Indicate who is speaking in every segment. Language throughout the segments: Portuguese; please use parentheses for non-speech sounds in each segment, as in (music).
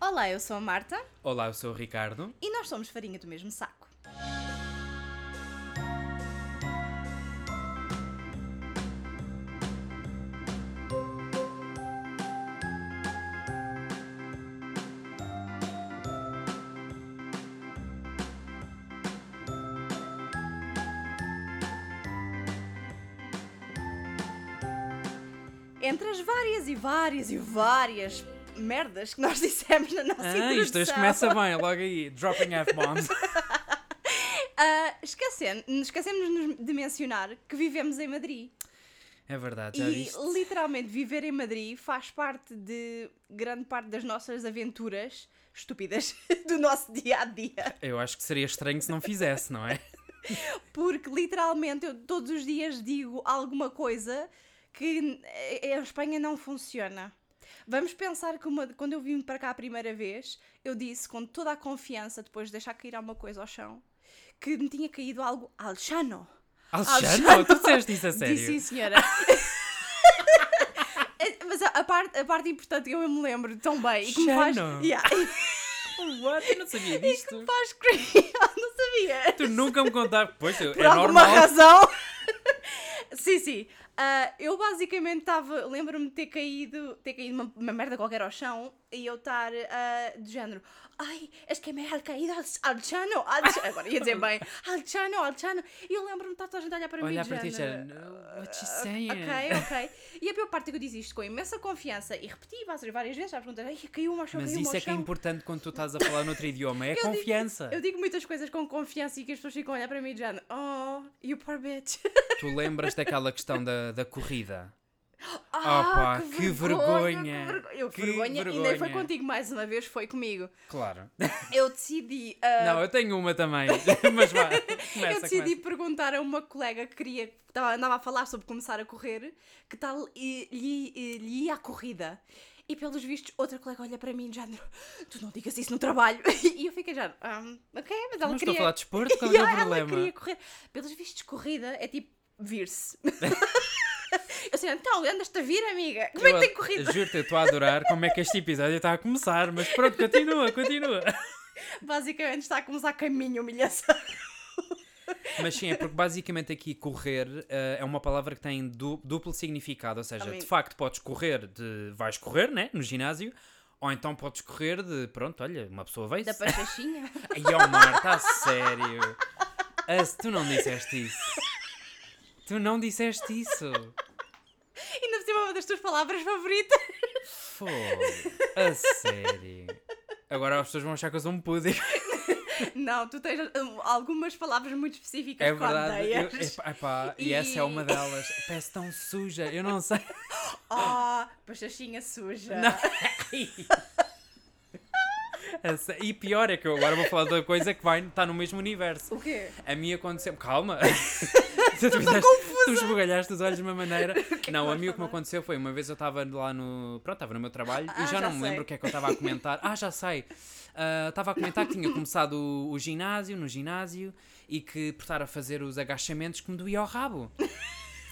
Speaker 1: Olá, eu sou a Marta
Speaker 2: Olá, eu sou o Ricardo.
Speaker 1: e nós somos farinha do mesmo saco. Entre as várias e várias e várias merdas que nós (laughs) dissemos na nossa
Speaker 2: Ah,
Speaker 1: introdução.
Speaker 2: isto hoje começa bem, logo aí.
Speaker 1: (laughs)
Speaker 2: Dropping F-bombs.
Speaker 1: Ah, esquecendo, esquecemos de mencionar que vivemos em Madrid.
Speaker 2: É verdade, já
Speaker 1: E
Speaker 2: viste?
Speaker 1: literalmente viver em Madrid faz parte de grande parte das nossas aventuras estúpidas (laughs) do nosso dia a dia.
Speaker 2: Eu acho que seria estranho se não
Speaker 1: (laughs)
Speaker 2: fizesse, não é?
Speaker 1: Porque literalmente eu todos os dias digo alguma coisa que eh, em Espanha não funciona. Vamos pensar que uma- quando eu vim para cá a primeira vez, eu disse com toda a confiança, depois de deixar cair alguma coisa ao chão, que me tinha caído algo al chano.
Speaker 2: Alexandre, Ah, tu disseste isso a sério?
Speaker 1: (laughs) Disse sim,
Speaker 2: (laughs)
Speaker 1: senhora. É, Mas a, a parte, a parte importante que eu me lembro tão bem e que me faz.
Speaker 2: Shannon.
Speaker 1: Yeah, e um
Speaker 2: What? Eu não sabia disto.
Speaker 1: que faz cringe. (laughs) Não sabia.
Speaker 2: Tu nunca me contaste. Pois, eu-
Speaker 1: Por
Speaker 2: é
Speaker 1: alguma
Speaker 2: normal.
Speaker 1: razão. (laughs) sim, sim. Ah, eu basicamente estava. Lembro-me de ter caído, ter caído uma, uma merda qualquer ao chão e eu estar ah, do género. Ai, es que me ha caído al, al chano. Al, ch-" agora ia dizer
Speaker 2: (laughs)
Speaker 1: bem. Al chano, al chano. E eu lembro-me de estar toda a gente a olhar para mim.
Speaker 2: Olhar
Speaker 1: do
Speaker 2: para ti e dizer,
Speaker 1: género,
Speaker 2: "No, what you saying?
Speaker 1: Ok, ok. E a pior parte é que eu disse isto com imensa confiança e repeti várias, várias vezes, já perguntei, ai, caiu uma chão,
Speaker 2: Mas
Speaker 1: caiu uma
Speaker 2: isso é que é
Speaker 1: chão.
Speaker 2: importante quando tu estás a falar noutro idioma, é a confiança.
Speaker 1: Eu digo muitas coisas com confiança e que as pessoas ficam a olhar para mim e dizendo, oh, you poor bitch.
Speaker 2: Tu lembras daquela questão da, da corrida?
Speaker 1: Ah, (laughs)
Speaker 2: pá, que vergonha.
Speaker 1: que vergo- Eu, que
Speaker 2: Que
Speaker 1: vergonha. E nem
Speaker 2: vergonha.
Speaker 1: foi contigo mais uma vez, foi comigo.
Speaker 2: Claro.
Speaker 1: Eu decidi... ah,
Speaker 2: Não, eu tenho uma também. (laughs) Mas vá, começa,
Speaker 1: eu decidi
Speaker 2: começa.
Speaker 1: perguntar a uma colega que queria, estava, andava a falar sobre começar a correr, que tal e- lhe e- lhe ia a corrida. E pelos vistos, outra colega olha para mim, de género, tu não digas isso no trabalho. (laughs) E eu fiquei já, "Hum, ok, mas ela
Speaker 2: Não
Speaker 1: queria. (laughs)
Speaker 2: estou a falar de esporte, qual
Speaker 1: E
Speaker 2: é o
Speaker 1: ela
Speaker 2: problema?
Speaker 1: queria correr. Pelos vistos, corrida é tipo
Speaker 2: (laughs)
Speaker 1: vir-se. eu sei, então, andas-te a vir, amiga? Como é que
Speaker 2: Eu
Speaker 1: tem
Speaker 2: (laughs)
Speaker 1: corrida?
Speaker 2: Juro-te, eu estou a adorar como é que este episódio está a começar, mas pronto, continua, continua.
Speaker 1: Basicamente está a começar com a minha humilhação.
Speaker 2: Mas sim, é porque basicamente aqui correr eh, é uma palavra que tem du- duplo significado, ou seja,
Speaker 1: Amém.
Speaker 2: de facto podes correr de vais correr, né, no ginásio, ou então podes correr de pronto, olha, uma pessoa vai
Speaker 1: Da (laughs) pachachinha.
Speaker 2: Ai, ó Marta, a sério. Ah, se tu não disseste isso. Tu não disseste isso.
Speaker 1: Ainda por cima, uma das tuas palavras favoritas.
Speaker 2: Fogo. A sério. Agora as pessoas vão achar que eu sou um pudim.
Speaker 1: Não, tu tens hum, algumas palavras muito específicas
Speaker 2: É
Speaker 1: que
Speaker 2: verdade. Eu,
Speaker 1: odeias.
Speaker 2: epá, epá, e...
Speaker 1: E-
Speaker 2: essa é uma delas. Parece tão suja, eu não sei.
Speaker 1: Ah, pachachinha suja.
Speaker 2: (laughs) Essa- e pior é que eu agora vou falar de outra coisa que vai estar no mesmo universo.
Speaker 1: O quê?
Speaker 2: A minha aconteceu. (laughs) Calma! tu, tu, confusa. tu esbugalhaste os olhos de uma maneira. não, a mim o (laughs) que me aconteceu foi uma vez eu estava lá no. Pronto, estava no meu trabalho
Speaker 1: Ah,
Speaker 2: e já,
Speaker 1: já
Speaker 2: não me
Speaker 1: sei.
Speaker 2: lembro o que é que eu estava a comentar. Ah, já sei! Ah, Estava a comentar que tinha começado o, o ginásio, no ginásio, e que por estar a fazer os agachamentos que me doía ao rabo.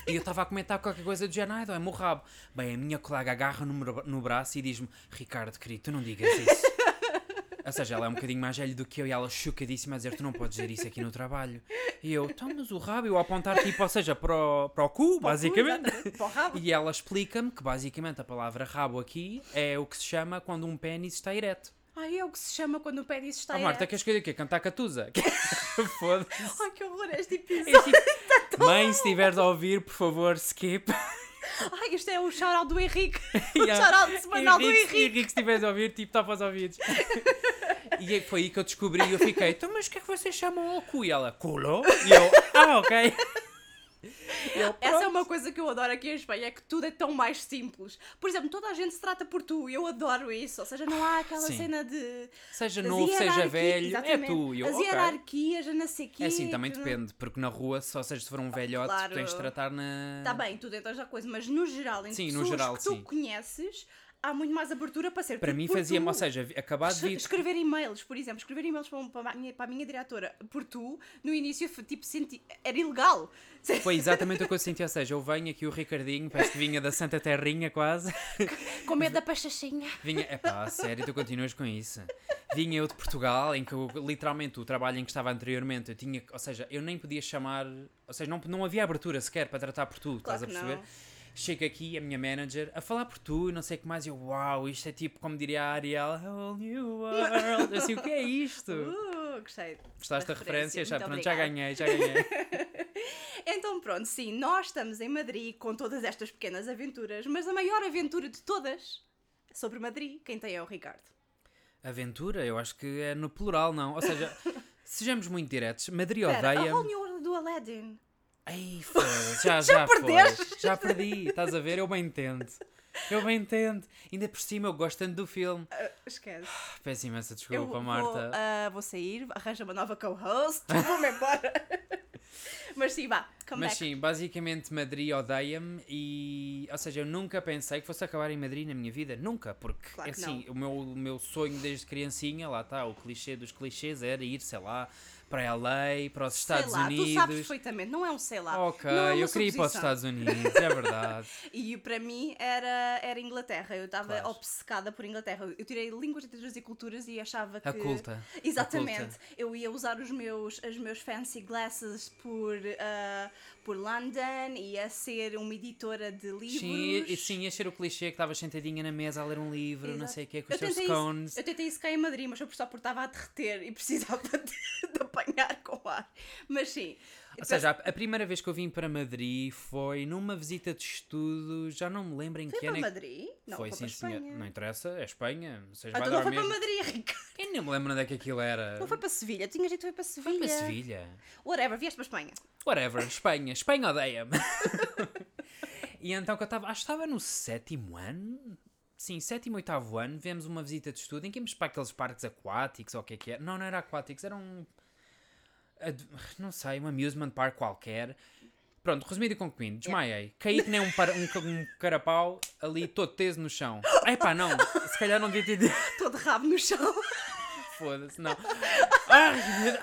Speaker 2: E eu estava a comentar qualquer coisa do género, ah, dói-me o rabo. Bem, a minha colega agarra no, meu bra- no braço e diz-me, Ricardo, querido, tu não digas isso. Ou seja, ela é um bocadinho mais velha do que eu e ela chocadíssima a dizer, tu não podes dizer isso aqui no trabalho. E eu, então, mas o rabo, eu a apontar, tipo, ou seja, para o, para o cu, basicamente.
Speaker 1: Exatamente, Para o rabo.
Speaker 2: E ela explica-me que, basicamente, a palavra rabo aqui é o que se chama quando um pênis está ereto.
Speaker 1: Ai, é o que se chama quando o pênis está
Speaker 2: Ah, Marta,
Speaker 1: ereto.
Speaker 2: queres que eu diga o quê? Cantar catuza? (laughs) Foda-se.
Speaker 1: Ai, que horror este
Speaker 2: (laughs)
Speaker 1: episódio.
Speaker 2: É tipo, Mãe, se estiveres a ouvir, por favor, skip.
Speaker 1: Ai, isto é o charal do
Speaker 2: (laughs)
Speaker 1: Henrique. O
Speaker 2: Yeah.
Speaker 1: charal semanal do
Speaker 2: Henrique, se-
Speaker 1: Henrique.
Speaker 2: Henrique, se estiveres a ouvir, tipo, tapa os
Speaker 1: (laughs)
Speaker 2: ouvidos. e é- foi aí que eu descobri e eu fiquei, então, mas o que é que vocês chamam ao cu? E ela, culo? E eu, ah, ok. E eu,
Speaker 1: Essa é
Speaker 2: "Pronto."
Speaker 1: uma coisa que eu adoro aqui em Espanha, é que tudo é tão mais simples. Por exemplo, toda a gente se trata por tu e eu adoro isso. Ou seja, não há aquela
Speaker 2: Sim.
Speaker 1: cena de...
Speaker 2: Seja
Speaker 1: das
Speaker 2: novo, seja
Speaker 1: hierarquias-
Speaker 2: velho, é
Speaker 1: Exatamente.
Speaker 2: tu. E eu,
Speaker 1: As
Speaker 2: ok.
Speaker 1: hierarquias, a não sei quê.
Speaker 2: É assim, também
Speaker 1: que não-
Speaker 2: depende, porque na rua, só seja se for um velhote,
Speaker 1: Claro. Tá
Speaker 2: tu tens de tratar na...
Speaker 1: Está bem, tu tentas a então coisa, mas no geral, entre
Speaker 2: Sim, no
Speaker 1: pessoas
Speaker 2: geral,
Speaker 1: que tu
Speaker 2: sim.
Speaker 1: conheces, há muito mais abertura para ser
Speaker 2: Para
Speaker 1: tudo
Speaker 2: mim
Speaker 1: por
Speaker 2: fazia-me,
Speaker 1: tu.
Speaker 2: ou seja, vi- acabar de
Speaker 1: Escre-
Speaker 2: vir.
Speaker 1: Escrever e-mails, por exemplo, escrever e-mails para, um- para a minha, para a minha diretora por tu, no início, f- tipo, senti, era ilegal. (laughs) Se-
Speaker 2: Foi exatamente o que eu senti, ou seja, eu venho aqui o Ricardinho, parece que vinha da Santa Terrinha quase.
Speaker 1: Com medo da pachachinha.
Speaker 2: Vinha, epá, a sério, tu continuas com isso. Vinha eu de Portugal, em que eu, literalmente o trabalho em que estava anteriormente, eu tinha, ou seja, eu nem podia chamar, ou seja, não, não havia abertura sequer para tratar por tu, estás a
Speaker 1: que não.
Speaker 2: perceber? Chego aqui, a minha manager, a falar por tu, e não sei o que mais, e eu, uau, isto é tipo, como diria a Ariel, a whole new world, Eu assim, o que
Speaker 1: (laughs)
Speaker 2: é isto?
Speaker 1: Uh, gostei.
Speaker 2: Gostaste da referência? Já,
Speaker 1: muito
Speaker 2: pronto, já
Speaker 1: obrigada.
Speaker 2: ganhei, já ganhei.
Speaker 1: Então pronto, sim, nós estamos em Madrid com todas estas pequenas aventuras, mas a maior aventura de todas sobre Madrid, quem tem é o Ricardo.
Speaker 2: Aventura, eu acho que é no plural, não, ou seja... (laughs) Sejamos muito diretos, Madrid
Speaker 1: Espera, a
Speaker 2: odeia.
Speaker 1: Whole New World do Aladdin.
Speaker 2: Ei, foda-se,
Speaker 1: (laughs) Já
Speaker 2: já, já, foi.
Speaker 1: perdeste?
Speaker 2: Já perdi, estás a ver? Eu bem entendo. Eu bem entendo. Ainda por cima, eu gosto tanto do filme.
Speaker 1: Ah, esquece.
Speaker 2: Peço imensa
Speaker 1: Eu
Speaker 2: desculpa,
Speaker 1: vou,
Speaker 2: Marta.
Speaker 1: ah, vou sair, arranja uma nova co-host, (laughs) vou-me embora. mas sim, vá, come
Speaker 2: Mas
Speaker 1: back.
Speaker 2: sim, basicamente Madrid odeia-me e. Ou seja, eu nunca pensei que fosse acabar em Madrid na minha vida. Nunca, porque
Speaker 1: Claro que
Speaker 2: assim, o meu, o meu sonho desde criancinha, lá está, o clichê dos clichês era ir, sei lá, para LA, para os Estados
Speaker 1: sei lá, tu sabes
Speaker 2: Unidos.
Speaker 1: perfeitamente, não é um sei lá.
Speaker 2: Ok,
Speaker 1: não é uma
Speaker 2: eu queria ir para os
Speaker 1: suposição.
Speaker 2: Estados Unidos, é verdade.
Speaker 1: E para mim era, era Inglaterra, eu estava
Speaker 2: Claro.
Speaker 1: obcecada por Inglaterra. Eu tirei Línguas, Literaturas e Culturas e achava que.
Speaker 2: A culta.
Speaker 1: Exatamente.
Speaker 2: A culta.
Speaker 1: Eu ia usar os meus, os meus fancy glasses por, ah, por London, ia ser uma editora de livros.
Speaker 2: Sim, e- e sim, ia ser o clichê que estavas sentadinha na mesa a ler um livro, não
Speaker 1: Exato.
Speaker 2: sei o quê, com
Speaker 1: Eu
Speaker 2: os teus
Speaker 1: tentei, isso,
Speaker 2: scones.
Speaker 1: eu tentei isso cá em Madrid, mas eu só porque estava a derreter e precisava (laughs) de, de apanhar com ar. Mas sim.
Speaker 2: Ou seja, a, a primeira vez que eu vim para Madrid foi numa visita de estudo, já não me lembro em
Speaker 1: foi
Speaker 2: que
Speaker 1: para
Speaker 2: ano. é que-
Speaker 1: Madrid? Não,
Speaker 2: foi,
Speaker 1: foi para
Speaker 2: sim, senhor.
Speaker 1: Espanha.
Speaker 2: Não interessa, é Espanha. Vocês
Speaker 1: Ah,
Speaker 2: vai
Speaker 1: então
Speaker 2: dar
Speaker 1: não
Speaker 2: ao
Speaker 1: foi para
Speaker 2: mesmo.
Speaker 1: Madrid, Ricardo.
Speaker 2: Eu nem me lembro onde é que aquilo era.
Speaker 1: Não foi para Sevilha. Tinha gente que foi para Sevilha.
Speaker 2: Foi para Sevilha.
Speaker 1: Whatever, vieste para Espanha.
Speaker 2: Whatever, Espanha. Espanha odeia-me. (laughs) e então que eu estava, acho que estava no sétimo ano. Sim, sétimo, oitavo ano, viemos uma visita de estudo em que íamos para aqueles parques aquáticos ou o que é que era. Não, não era aquáticos, era um. ad- Não sei, um amusement park qualquer. Pronto, resumido e concluindo, desmaiei. Caí que nem um, para- um ca- um carapau ali todo teso no chão. Epá, não, se calhar não devia ter dito. (laughs)
Speaker 1: Todo rabo no chão. (laughs)
Speaker 2: Foda-se, não. Ai, meu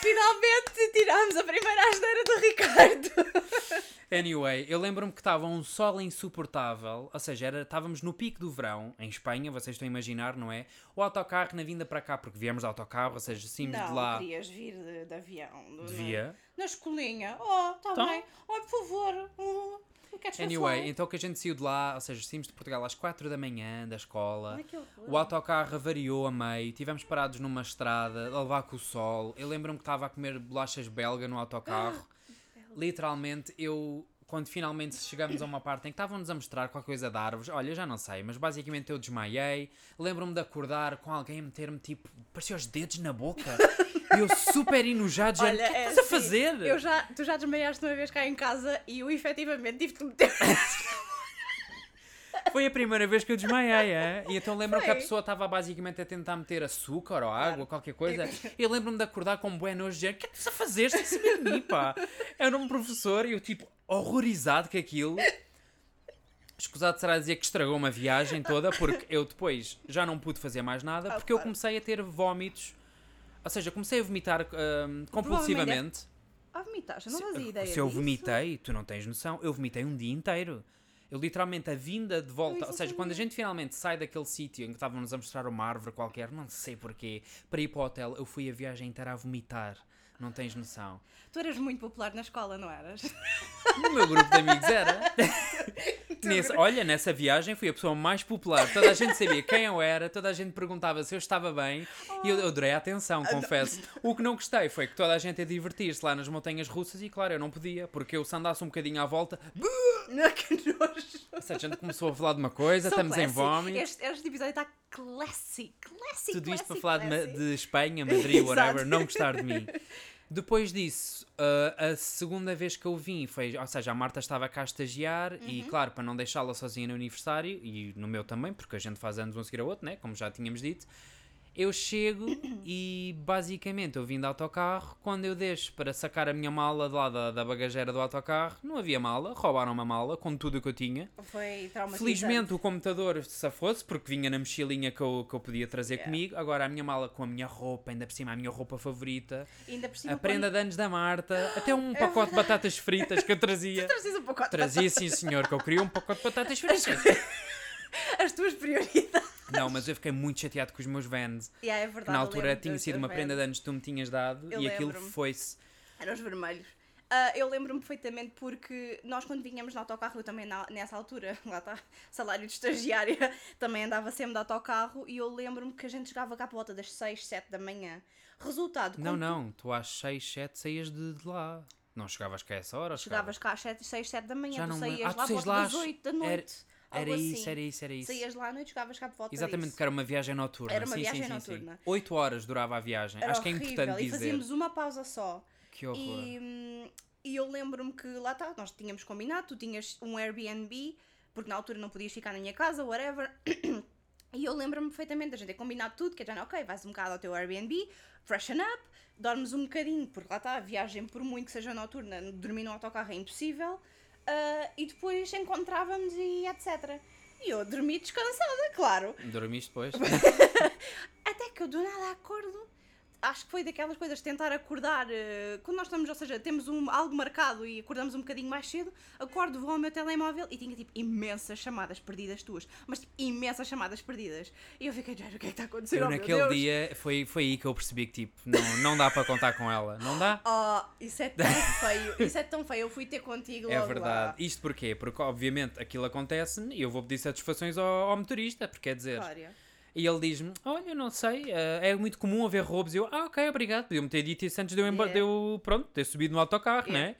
Speaker 1: Finalmente tirámos a primeira asneira do Ricardo.
Speaker 2: Anyway, eu lembro-me que estava um sol insuportável, ou seja, era, estávamos no pico do verão, em Espanha, vocês estão a imaginar, não é? O autocarro na vinda para cá, porque viemos de autocarro, ou seja, saímos de lá.
Speaker 1: querias vir de, de avião. do-
Speaker 2: Devia.
Speaker 1: Na escolinha. Oh, está
Speaker 2: Então?
Speaker 1: bem. Oh, por favor. hum, Não queres
Speaker 2: Anyway,
Speaker 1: passar?
Speaker 2: então que a gente saiu de lá, ou seja, saímos de Portugal às 4 da manhã da escola.
Speaker 1: Ai, que horror.
Speaker 2: O autocarro avariou a meio, tivemos parados numa estrada, a levar com o sol. Eu lembro-me que estava a comer bolachas belga no autocarro.
Speaker 1: Ah,
Speaker 2: Literalmente, eu, quando finalmente chegamos a uma parte em que estavam-nos a mostrar qualquer coisa de árvores, olha, eu já não sei, mas basicamente eu desmaiei. Lembro-me de acordar com alguém a meter-me tipo, parecia os dedos
Speaker 1: (laughs)
Speaker 2: na boca. E eu super enojado, já, o que
Speaker 1: Olha,
Speaker 2: é que
Speaker 1: é
Speaker 2: estás a
Speaker 1: assim,
Speaker 2: fazer?
Speaker 1: Eu já, tu já desmaiaste uma vez cá em casa e eu efetivamente tive de meter. (laughs)
Speaker 2: Foi a primeira vez que eu desmaiei, é? E então lembro me que a
Speaker 1: Foi.
Speaker 2: pessoa estava basicamente a tentar meter açúcar ou água, qualquer coisa. E lembro-me de acordar com um bué nojo dizer: O que é que estás a fazer? Sem saber de mim, pá. Era um professor e eu, tipo, horrorizado com aquilo. Escusado será dizer que estragou uma viagem toda, porque eu depois já não pude fazer mais nada,
Speaker 1: Ah,
Speaker 2: porque eu
Speaker 1: claro.
Speaker 2: comecei a ter vómitos. Ou seja, comecei a vomitar hum, compulsivamente.
Speaker 1: Ah, vomitaste. Eu não fazia ideia.
Speaker 2: Se eu
Speaker 1: disso.
Speaker 2: vomitei, tu não tens noção, eu vomitei um dia inteiro. Eu literalmente, a vinda de volta, ou seja, quando a gente finalmente sai daquele sítio em que estavam-nos a mostrar uma árvore qualquer, não sei porquê, para ir para o hotel, eu fui a viagem inteira a vomitar. Não tens noção.
Speaker 1: Tu eras muito popular na escola, não eras? (laughs)
Speaker 2: No meu grupo de amigos era. Nesse- olha, nessa viagem fui a pessoa mais popular. Toda a gente sabia quem eu era, toda a gente perguntava se eu estava bem e eu, eu adorei a atenção,
Speaker 1: Ah,
Speaker 2: confesso. O que não gostei foi que toda a gente ia divertir-se lá nas montanhas russas e, claro, eu não podia, porque eu se andasse um bocadinho à volta,
Speaker 1: Não, que nojo.
Speaker 2: Ou seja, a gente começou a falar de uma coisa, estamos em
Speaker 1: classy.
Speaker 2: vómito.
Speaker 1: Este, este episódio está classy, classy,
Speaker 2: Tudo
Speaker 1: classy,
Speaker 2: isto para falar de, ma-
Speaker 1: classy.
Speaker 2: de Espanha, Madrid, whatever,
Speaker 1: é assim. Exato.
Speaker 2: não gostar de mim. Depois disso, ah, a segunda vez que eu vim foi, ou seja, a Marta estava cá a estagiar e, claro, para não deixá-la sozinha no aniversário e no meu também, porque a gente faz anos um a seguir ao outro, né? como já tínhamos dito, Eu chego e basicamente eu vim de autocarro. Quando eu deixo para sacar a minha mala de lá da, da bagageira do autocarro, não havia mala, roubaram uma mala com tudo o que eu tinha.
Speaker 1: Foi traumatizante.
Speaker 2: Felizmente o computador safou-se porque vinha na mochilinha que eu, que eu podia trazer
Speaker 1: Yeah.
Speaker 2: comigo. Agora a minha mala com a minha roupa, ainda por cima a minha roupa favorita,
Speaker 1: Ainda por cima,
Speaker 2: a prenda de anos da Marta, até um pacote de batatas fritas que eu trazia.
Speaker 1: (laughs) quando... Trazes um pacote de
Speaker 2: Trazia sim, senhor, que eu queria um pacote de batatas
Speaker 1: (laughs)
Speaker 2: fritas.
Speaker 1: batata- as tuas prioridades. (laughs)
Speaker 2: Não, mas eu fiquei muito chateado com os meus vans.
Speaker 1: Yeah, é
Speaker 2: que
Speaker 1: verdade,
Speaker 2: na altura
Speaker 1: lembro
Speaker 2: tinha
Speaker 1: dos
Speaker 2: sido
Speaker 1: teus
Speaker 2: uma prenda de anos que tu me tinhas dado
Speaker 1: Eu
Speaker 2: e aquilo
Speaker 1: lembro-me.
Speaker 2: foi-se.
Speaker 1: Eram os vermelhos. Ah, eu lembro-me perfeitamente porque nós quando vinhamos no autocarro, eu também na- nessa altura, (laughs) lá está, salário de estagiária, (laughs) também andava sempre de autocarro e eu lembro-me que a gente chegava cá por volta das 6, 7 da manhã. Resultado,
Speaker 2: Não,
Speaker 1: quando
Speaker 2: não, tu às 6, 7 saías de, de lá. Não chegavas cá a essa hora,
Speaker 1: chegavas cá às 7, 6, 7 da manhã,
Speaker 2: Já
Speaker 1: tu
Speaker 2: não me-
Speaker 1: saías
Speaker 2: Ah,
Speaker 1: lá
Speaker 2: tu
Speaker 1: por
Speaker 2: saías
Speaker 1: volta
Speaker 2: lá
Speaker 1: das
Speaker 2: às-
Speaker 1: 8 da
Speaker 2: era-
Speaker 1: noite.
Speaker 2: Era
Speaker 1: algo
Speaker 2: isso,
Speaker 1: assim.
Speaker 2: era isso, era isso.
Speaker 1: Saías lá à noite, chegavas cá por volta
Speaker 2: Exatamente,
Speaker 1: disso.
Speaker 2: porque era uma viagem noturna.
Speaker 1: Era uma
Speaker 2: sim,
Speaker 1: viagem
Speaker 2: sim, sim,
Speaker 1: noturna.
Speaker 2: Sim. 8 horas durava a viagem.
Speaker 1: Era
Speaker 2: Acho que é
Speaker 1: horrível,
Speaker 2: importante
Speaker 1: E
Speaker 2: dizer.
Speaker 1: fazíamos uma pausa só.
Speaker 2: Que horror.
Speaker 1: E, hum, e eu lembro-me que lá está, nós tínhamos combinado, tu tinhas um Airbnb, porque na altura não podias ficar na minha casa, whatever. (clears throat) E eu lembro-me perfeitamente da gente ter combinado tudo, que é já, não, ok, vais um bocado ao teu Airbnb, freshen up, dormes um bocadinho, porque lá está, a viagem, por muito que seja noturna, dormir no autocarro é impossível. ah, e depois encontrávamos e etc. E eu dormi descansada, claro. (laughs)
Speaker 2: Dormiste depois?
Speaker 1: Até que eu do nada acordo. Acho que foi daquelas coisas de tentar acordar eh, quando nós estamos, ou seja, temos um, algo marcado e acordamos um bocadinho mais cedo. Acordo, vou ao meu telemóvel e tinha tipo imensas chamadas perdidas tuas, mas tipo, imensas chamadas perdidas. E eu fiquei, "Jair, o que é que está a acontecer?
Speaker 2: eu
Speaker 1: Oh, meu
Speaker 2: naquele
Speaker 1: Deus."
Speaker 2: dia, foi, foi aí que eu percebi que tipo, não, não dá para contar com ela. Não dá?
Speaker 1: Oh, isso é
Speaker 2: (laughs)
Speaker 1: tão feio, isso é tão feio. Eu fui ter contigo
Speaker 2: É
Speaker 1: (laughs) logo
Speaker 2: verdade.
Speaker 1: lá.
Speaker 2: Isto porquê? Porque obviamente aquilo acontece e eu vou pedir satisfações ao, ao motorista, porque quer dizer,
Speaker 1: História.
Speaker 2: E ele diz-me: Olha, eu não sei, eh, é muito comum haver roubos. E eu, ah, ok, obrigado. Podiam-me ter dito isso antes de eu, emba-
Speaker 1: Yeah.
Speaker 2: de eu, pronto, ter subido no autocarro,
Speaker 1: Yeah.
Speaker 2: né?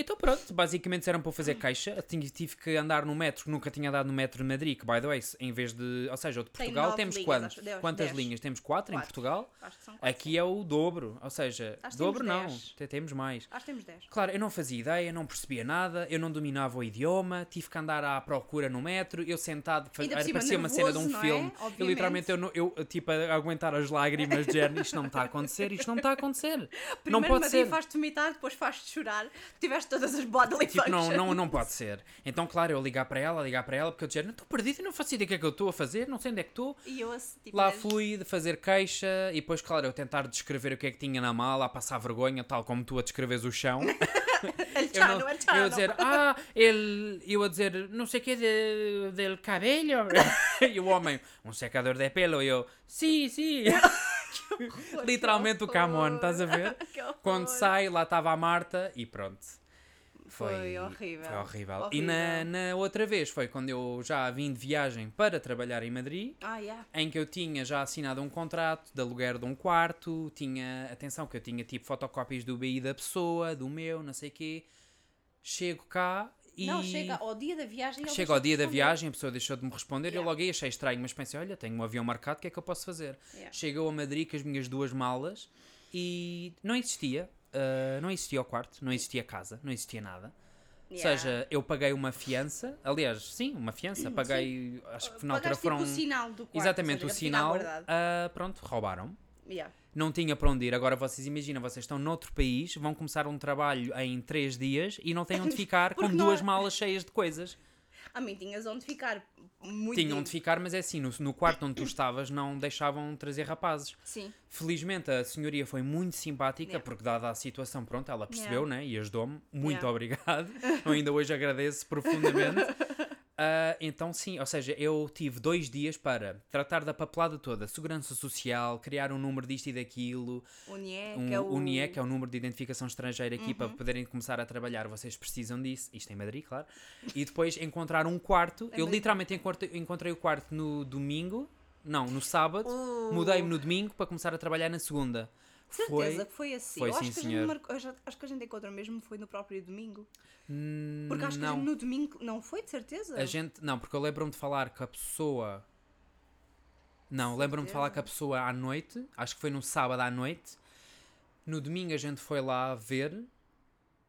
Speaker 2: Então, pronto, basicamente disseram para eu fazer caixa. Eu tinha- tive que andar no metro, que nunca tinha andado no metro de Madrid, que, by the way, se- em vez de. Ou seja, o de
Speaker 1: Tem
Speaker 2: Portugal
Speaker 1: nove
Speaker 2: temos
Speaker 1: linhas,
Speaker 2: quantos-
Speaker 1: acho- dez-
Speaker 2: quantas
Speaker 1: dez.
Speaker 2: linhas? Temos quatro, em
Speaker 1: Quatro.
Speaker 2: Portugal.
Speaker 1: Acho que são quatro.
Speaker 2: Aqui é o dobro, ou seja,
Speaker 1: Acho que
Speaker 2: dobro
Speaker 1: temos
Speaker 2: não,
Speaker 1: dez.
Speaker 2: até temos mais.
Speaker 1: Acho que temos 10.
Speaker 2: Claro, eu não fazia ideia, não percebia nada, eu não dominava o idioma, tive que andar à procura no metro, eu sentado, fa-
Speaker 1: Ainda por
Speaker 2: era-
Speaker 1: cima,
Speaker 2: parecia uma cena de um
Speaker 1: nervoso, não é?
Speaker 2: filme. Eu
Speaker 1: Obviamente.
Speaker 2: literalmente, eu, não- eu, tipo, a aguentar as lágrimas de género, isto não me está a acontecer, isto não me está a
Speaker 1: (laughs)
Speaker 2: acontecer. não
Speaker 1: Primeiro
Speaker 2: pode
Speaker 1: Madrid
Speaker 2: ser.
Speaker 1: faz-te vomitar, depois faz-te chorar. Tu tiveste todas as bodily
Speaker 2: Tipo, não,
Speaker 1: functions.
Speaker 2: não, não pode ser. Então, claro, eu ligar para ela, ligar para ela, porque eu dizia, não estou perdido, eu não faço ideia do que é que eu estou a fazer, não sei onde é que estou.
Speaker 1: E eu assim, tipo,
Speaker 2: Lá
Speaker 1: mas-
Speaker 2: fui de fazer queixa e depois, claro, eu tentar descrever o que é que tinha na mala, a passar vergonha, tal como tu a descreves o chão.
Speaker 1: El
Speaker 2: Eu,
Speaker 1: Chano,
Speaker 2: não,
Speaker 1: el Chano.
Speaker 2: eu a dizer, ah, ele, eu a dizer, não sei o que de, del cabelo. (laughs) e o homem, um secador de pelo. E eu, sim,
Speaker 1: (laughs)
Speaker 2: sim. Literalmente o Camon, estás a ver?
Speaker 1: (laughs) Que horror.
Speaker 2: Quando sai, lá estava a Marta e pronto.
Speaker 1: Foi horrível.
Speaker 2: Foi horrível. E na,
Speaker 1: Horrível.
Speaker 2: na outra vez foi quando eu já vim de viagem para trabalhar em Madrid
Speaker 1: Ah, yeah.
Speaker 2: em que eu tinha já assinado um contrato de aluguer de um quarto, tinha, atenção, que eu tinha tipo fotocópias do BI da pessoa, do meu, não sei quê. Chego cá e.
Speaker 1: Não, chega ao dia da viagem. ele
Speaker 2: Chego ao
Speaker 1: deixa-te
Speaker 2: dia da
Speaker 1: responder.
Speaker 2: viagem, a pessoa deixou de me responder, eu
Speaker 1: Yeah.
Speaker 2: logo aí achei estranho, mas pensei, olha, tenho um avião marcado, o que é que eu posso fazer?
Speaker 1: Yeah.
Speaker 2: Chegou a Madrid com as minhas duas malas e não existia, ah, não existia o quarto, não existia casa, não existia nada.
Speaker 1: Yeah.
Speaker 2: Ou seja, eu paguei uma fiança, aliás, sim, uma fiança, paguei, acho que na altura
Speaker 1: Pagaste, tipo,
Speaker 2: foram...
Speaker 1: o sinal do quarto.
Speaker 2: um Exatamente,
Speaker 1: ou
Speaker 2: o
Speaker 1: seja, fica
Speaker 2: sinal.
Speaker 1: guardado.
Speaker 2: ah, pronto, roubaram.
Speaker 1: Yeah.
Speaker 2: Não tinha para onde ir. Agora vocês imaginam, vocês estão noutro país, vão começar um trabalho em três dias e não
Speaker 1: (laughs)
Speaker 2: têm onde ficar com
Speaker 1: Porque não
Speaker 2: duas
Speaker 1: há-
Speaker 2: malas cheias de coisas.
Speaker 1: A mim tinhas onde ficar. Muito
Speaker 2: Tinham de ficar, mas é assim, no, no quarto onde tu estavas não deixavam trazer rapazes.
Speaker 1: Sim.
Speaker 2: Felizmente a senhoria foi muito simpática,
Speaker 1: Yeah.
Speaker 2: porque dada a situação, pronto, ela percebeu, né? E ajudou-me. Muito
Speaker 1: Yeah. (laughs)
Speaker 2: obrigado. Eu ainda hoje agradeço profundamente. Ah, então, sim, ou seja, eu tive dois dias para tratar da papelada toda, segurança social, criar um número disto e daquilo,
Speaker 1: O NIE,
Speaker 2: um
Speaker 1: que é o... Uhum.
Speaker 2: NIE, que é o número de identificação estrangeira aqui para poderem começar a trabalhar. Vocês precisam disso, isto é em Madrid, claro. E depois encontrar um quarto. eu
Speaker 1: Madrid.
Speaker 2: literalmente encontrei, encontrei o quarto no domingo, não, no sábado.
Speaker 1: Uh.
Speaker 2: Mudei-me no domingo para começar a trabalhar na segunda.
Speaker 1: Certeza que foi assim.
Speaker 2: foi
Speaker 1: eu acho,
Speaker 2: sim,
Speaker 1: que a gente
Speaker 2: senhor.
Speaker 1: marcou- eu já- acho que a gente encontrou mesmo foi no próprio domingo.
Speaker 2: Hum,
Speaker 1: Porque acho que a
Speaker 2: não.
Speaker 1: gente no domingo não foi, de certeza.
Speaker 2: A gente, não, porque eu lembro-me de falar que a pessoa. Não, lembro-me de falar que a pessoa à noite, acho que foi num sábado à noite. No domingo a gente foi lá ver.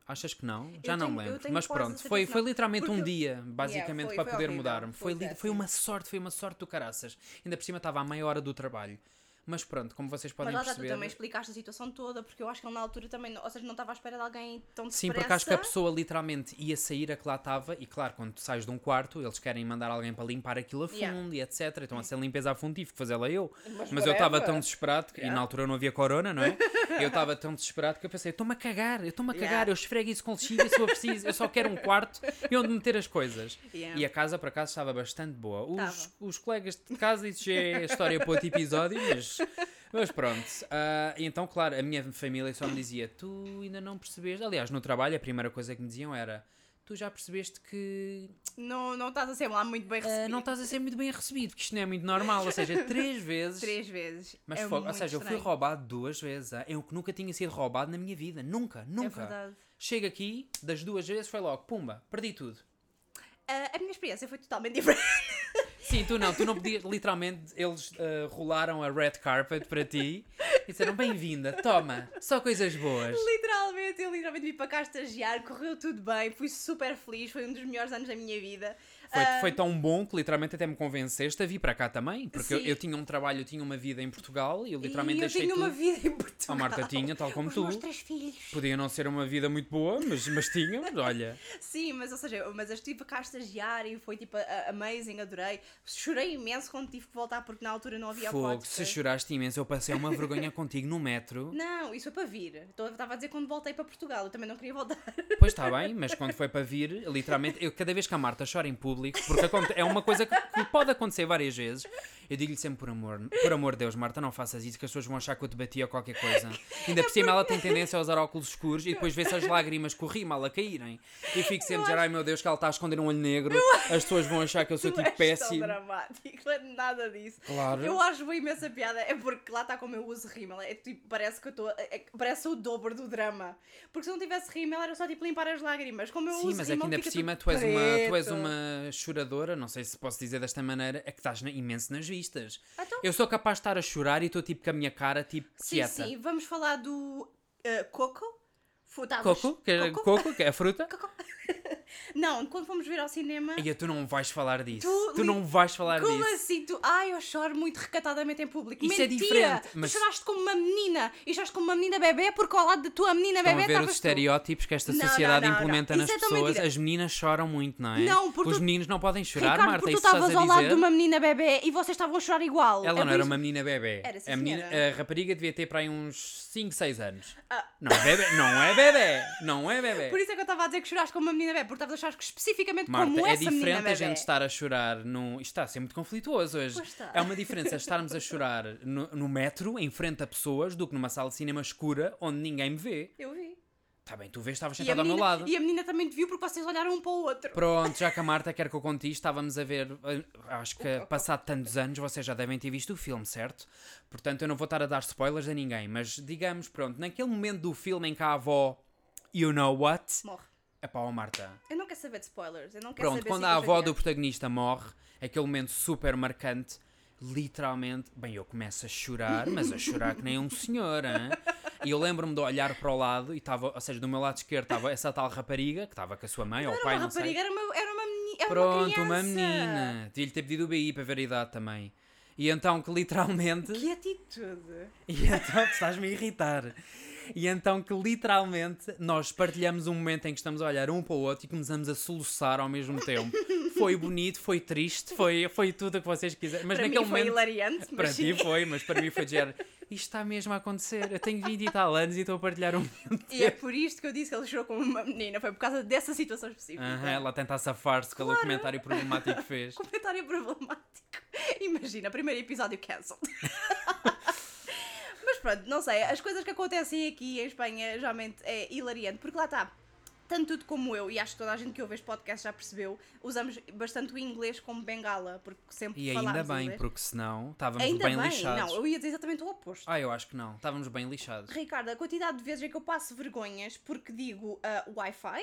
Speaker 2: Achas que não? Já
Speaker 1: Eu
Speaker 2: não
Speaker 1: tenho-
Speaker 2: me
Speaker 1: eu
Speaker 2: lembro.
Speaker 1: tenho
Speaker 2: Mas
Speaker 1: quase
Speaker 2: pronto,
Speaker 1: certeza
Speaker 2: foi,
Speaker 1: que
Speaker 2: foi
Speaker 1: não.
Speaker 2: literalmente
Speaker 1: Porque
Speaker 2: um
Speaker 1: eu-
Speaker 2: dia, basicamente,
Speaker 1: foi-
Speaker 2: para
Speaker 1: foi
Speaker 2: poder
Speaker 1: horrível, é,
Speaker 2: mudar-me. Foi,
Speaker 1: foi
Speaker 2: li- foi
Speaker 1: péssimo.
Speaker 2: uma sorte, foi uma sorte do caraças. Ainda por cima estava à meia hora do trabalho. Mas pronto, como vocês podem
Speaker 1: Mas lá já tu
Speaker 2: perceber.
Speaker 1: também explicaste a situação toda, porque eu acho que ele na altura também, não- ou seja, não estava à espera de alguém tão depressa.
Speaker 2: Sim, porque acho que a pessoa literalmente ia sair a que lá estava, e claro, quando tu sais de um quarto, eles querem mandar alguém para limpar aquilo a fundo
Speaker 1: Yeah.
Speaker 2: e etc. Então, a ser limpeza a fundo, tive que fazê-la eu. Mas,
Speaker 1: Mas
Speaker 2: eu estava
Speaker 1: whatever.
Speaker 2: tão desesperado, que- e na
Speaker 1: Yeah.
Speaker 2: altura não havia
Speaker 1: (laughs)
Speaker 2: corona, não é? Eu estava tão desesperado que eu pensei: estou-me a cagar, eu estou-me a cagar,
Speaker 1: Yeah.
Speaker 2: eu esfrego isso com lexívia se eu preciso, eu só quero um quarto e onde meter as coisas.
Speaker 1: Yeah.
Speaker 2: E a casa, por acaso, estava bastante boa. Os,
Speaker 1: Tava.
Speaker 2: os colegas de casa, isso já é história para outro episódio, mas, mas pronto. Ah, e então, claro, a minha família só me dizia: Tu ainda não percebeste. Aliás, no trabalho, a primeira coisa que me diziam era: Tu já percebeste que
Speaker 1: Não, não estás a ser lá muito bem
Speaker 2: ah,
Speaker 1: recebido.
Speaker 2: não estás a ser muito bem recebido, que isto não é muito normal. Ou seja, três vezes.
Speaker 1: Três vezes.
Speaker 2: Mas
Speaker 1: é
Speaker 2: fogo, ou
Speaker 1: muito
Speaker 2: seja, eu fui
Speaker 1: estranho.
Speaker 2: roubado duas vezes. ah, Eu que nunca tinha sido roubado na minha vida. Nunca,
Speaker 1: É
Speaker 2: nunca.
Speaker 1: verdade.
Speaker 2: Chego aqui, das duas vezes foi logo, pumba, perdi tudo.
Speaker 1: Ah, a minha experiência foi totalmente (laughs) diferente.
Speaker 2: Sim, tu não, tu não podias. Literalmente, eles eh, rolaram a red carpet para ti e disseram: Bem-vinda, toma, só coisas boas.
Speaker 1: literalmente, eu literalmente vim para cá estagiar, correu tudo bem, fui super feliz, foi um dos melhores anos da minha vida.
Speaker 2: Foi,
Speaker 1: Ah,
Speaker 2: foi tão bom que literalmente até me convenceste a vir para cá também, porque eu,
Speaker 1: Sim.
Speaker 2: eu tinha um trabalho, eu tinha uma vida em Portugal e eu literalmente
Speaker 1: e eu
Speaker 2: deixei
Speaker 1: tinha
Speaker 2: tudo.
Speaker 1: uma vida em Portugal.
Speaker 2: A Marta tinha, tal como
Speaker 1: Os
Speaker 2: tu.
Speaker 1: meus três filhos.
Speaker 2: Podia não ser uma vida muito boa, mas, mas tinha, mas olha.
Speaker 1: Sim, mas ou seja, eu- mas eu estive cá a estagiar e foi tipo a- a- amazing, adorei. Chorei imenso quando tive que voltar porque na altura não havia
Speaker 2: Fogo,
Speaker 1: podcast.
Speaker 2: se choraste imenso, eu passei uma vergonha contigo no metro.
Speaker 1: Não, isso foi para vir. Então, eu Estava a dizer quando voltei para Portugal, eu também não queria voltar.
Speaker 2: Pois está bem, mas quando foi para vir, literalmente, eu, cada vez que a Marta chora em público, porque aconte- é uma coisa que, que pode acontecer várias vezes, eu digo-lhe sempre por amor, por amor de Deus, Marta, não faças isso, que as pessoas vão achar que eu te bati ou qualquer coisa. Ainda por cima ela tem tendência a usar óculos escuros e depois vê-se as lágrimas correr mal a caírem. E fico sempre a dizer, ai meu Deus, que ela está a esconder um olho negro, as pessoas vão achar que eu sou
Speaker 1: Não
Speaker 2: tipo
Speaker 1: és
Speaker 2: péssimo.
Speaker 1: tão dramático, (laughs) não é nada disso.
Speaker 2: Claro.
Speaker 1: Eu acho uma imensa piada, é porque lá está como eu uso rímel, é tipo, parece que eu estou, é, que parece o dobro do drama. Porque se não tivesse rímel era só tipo limpar as lágrimas, como eu
Speaker 2: Sim,
Speaker 1: uso
Speaker 2: mas é que
Speaker 1: rímel,
Speaker 2: ainda por
Speaker 1: fica
Speaker 2: cima
Speaker 1: tudo
Speaker 2: tu és, uma, tu és
Speaker 1: preto.
Speaker 2: uma choradora, não sei se posso dizer desta maneira, é que estás na- imenso nas vistas.
Speaker 1: Então-
Speaker 2: Eu sou capaz de estar a chorar e estou tipo com a minha cara tipo
Speaker 1: Sim,
Speaker 2: quieta.
Speaker 1: sim, vamos falar do eh, coco. Fu- tavas-
Speaker 2: Coco, que é,
Speaker 1: coco?
Speaker 2: coco, que é
Speaker 1: (laughs)
Speaker 2: a fruta.
Speaker 1: Coco. Não, quando fomos ver ao cinema...
Speaker 2: E tu não vais falar disso. Tu,
Speaker 1: Tu li-
Speaker 2: não vais falar
Speaker 1: Como
Speaker 2: disso.
Speaker 1: assim? Tu... Ai, eu choro muito recatadamente em público.
Speaker 2: Isso é
Speaker 1: Mentira!
Speaker 2: diferente, mas-
Speaker 1: Tu choraste como uma menina e choraste como uma menina bebê porque ao lado da tua menina
Speaker 2: Estão
Speaker 1: bebê tá
Speaker 2: a ver os
Speaker 1: estavas tu.
Speaker 2: estereótipos que esta
Speaker 1: Não, não,
Speaker 2: sociedade
Speaker 1: não, não.
Speaker 2: implementa
Speaker 1: Isso
Speaker 2: nas
Speaker 1: é tão
Speaker 2: pessoas.
Speaker 1: mentira.
Speaker 2: As meninas choram muito, não é?
Speaker 1: Não, porque
Speaker 2: Os
Speaker 1: tu-
Speaker 2: meninos não podem chorar,
Speaker 1: Ricardo,
Speaker 2: Marta,
Speaker 1: porque tu
Speaker 2: isso estás a
Speaker 1: estavas
Speaker 2: dizer.
Speaker 1: ao lado de uma menina bebê e vocês estavam a chorar igual.
Speaker 2: Ela
Speaker 1: É
Speaker 2: não
Speaker 1: por
Speaker 2: era
Speaker 1: isso-
Speaker 2: uma menina bebê.
Speaker 1: Era, sim,
Speaker 2: a, menina-
Speaker 1: senhora.
Speaker 2: a rapariga devia ter para aí uns 5, 6 anos.
Speaker 1: Ah.
Speaker 2: Não é bebê, não é bebê, não é bebê.
Speaker 1: Por isso é que eu estava a dizer que choraste como uma menina bebê, porque estavas a chorar especificamente
Speaker 2: Marta,
Speaker 1: como
Speaker 2: é
Speaker 1: essa menina
Speaker 2: diferente
Speaker 1: bebê.
Speaker 2: a gente estar a chorar num. Isto está a ser muito conflituoso hoje.
Speaker 1: Pois está.
Speaker 2: É uma diferença estarmos a chorar no, no metro, em frente a pessoas, do que numa sala de cinema escura onde ninguém me vê.
Speaker 1: Eu vi.
Speaker 2: Está bem, tu vês, estavas
Speaker 1: E a,
Speaker 2: sentado ao meu
Speaker 1: menina,
Speaker 2: lado.
Speaker 1: e a menina também te viu porque vocês olharam um para o outro.
Speaker 2: Pronto, já que a Marta quer que eu conte isto, estávamos a ver. eh, Acho que
Speaker 1: (laughs) ok.
Speaker 2: passado tantos anos vocês já devem ter visto o filme, certo? Portanto, eu não vou estar a dar spoilers a ninguém, mas digamos, pronto, naquele momento do filme em que a avó. You know what?
Speaker 1: Morre.
Speaker 2: Epá, ó Marta.
Speaker 1: Eu não quero saber de spoilers. Eu não quero
Speaker 2: Pronto,
Speaker 1: saber
Speaker 2: quando
Speaker 1: se é
Speaker 2: a avó do
Speaker 1: isto
Speaker 2: protagonista morre, aquele momento super marcante, literalmente, bem, eu começo a chorar, mas a chorar que nem um senhor, hein? E eu lembro-me de olhar para o lado e estava, ou seja, do meu lado esquerdo estava essa tal rapariga que estava com a sua mãe ou o
Speaker 1: Era
Speaker 2: pai,
Speaker 1: uma
Speaker 2: não sei.
Speaker 1: rapariga, era uma, era uma menina. Era
Speaker 2: Pronto,
Speaker 1: uma,
Speaker 2: uma
Speaker 1: criança.
Speaker 2: menina. Devia-lhe ter pedido o BI para ver a idade também. E então que literalmente.
Speaker 1: Que atitude.
Speaker 2: (laughs) E então tu estás-me a irritar. E então que literalmente nós partilhamos um momento em que estamos a olhar um para o outro e começamos a soluçar ao mesmo tempo. Foi bonito, foi triste, foi, foi tudo o que vocês quiserem. Mas
Speaker 1: para
Speaker 2: naquele
Speaker 1: mim foi
Speaker 2: momento.
Speaker 1: hilariante, mas
Speaker 2: Para
Speaker 1: sim.
Speaker 2: ti foi, mas para mim foi de género. Isto está mesmo a acontecer. Eu tenho 20 e tal anos e estou a partilhar um momento.
Speaker 1: E é por isto que eu disse que ele chorou como uma menina, foi por causa dessa situação específica.
Speaker 2: Aham, ela tenta safar-se pelo comentário problemático que fez.
Speaker 1: Comentário problemático. (laughs) Imagina, primeiro episódio
Speaker 2: (laughs)
Speaker 1: cancelled. Mas pronto, não sei, as coisas que acontecem aqui em Espanha geralmente é hilariante, porque lá está. Tanto tu como eu, e acho que toda a gente que ouve este podcast já percebeu, usamos bastante o inglês como bengala, porque sempre
Speaker 2: E ainda
Speaker 1: falámos
Speaker 2: bem,
Speaker 1: inglês.
Speaker 2: porque senão estávamos
Speaker 1: Ainda
Speaker 2: bem,
Speaker 1: bem,
Speaker 2: lixados.
Speaker 1: não, eu ia dizer exatamente o oposto.
Speaker 2: Ah, eu acho que não. Estávamos bem lixados.
Speaker 1: Ricardo, a quantidade de vezes em que eu passo vergonhas porque digo ah, Wi-Fi?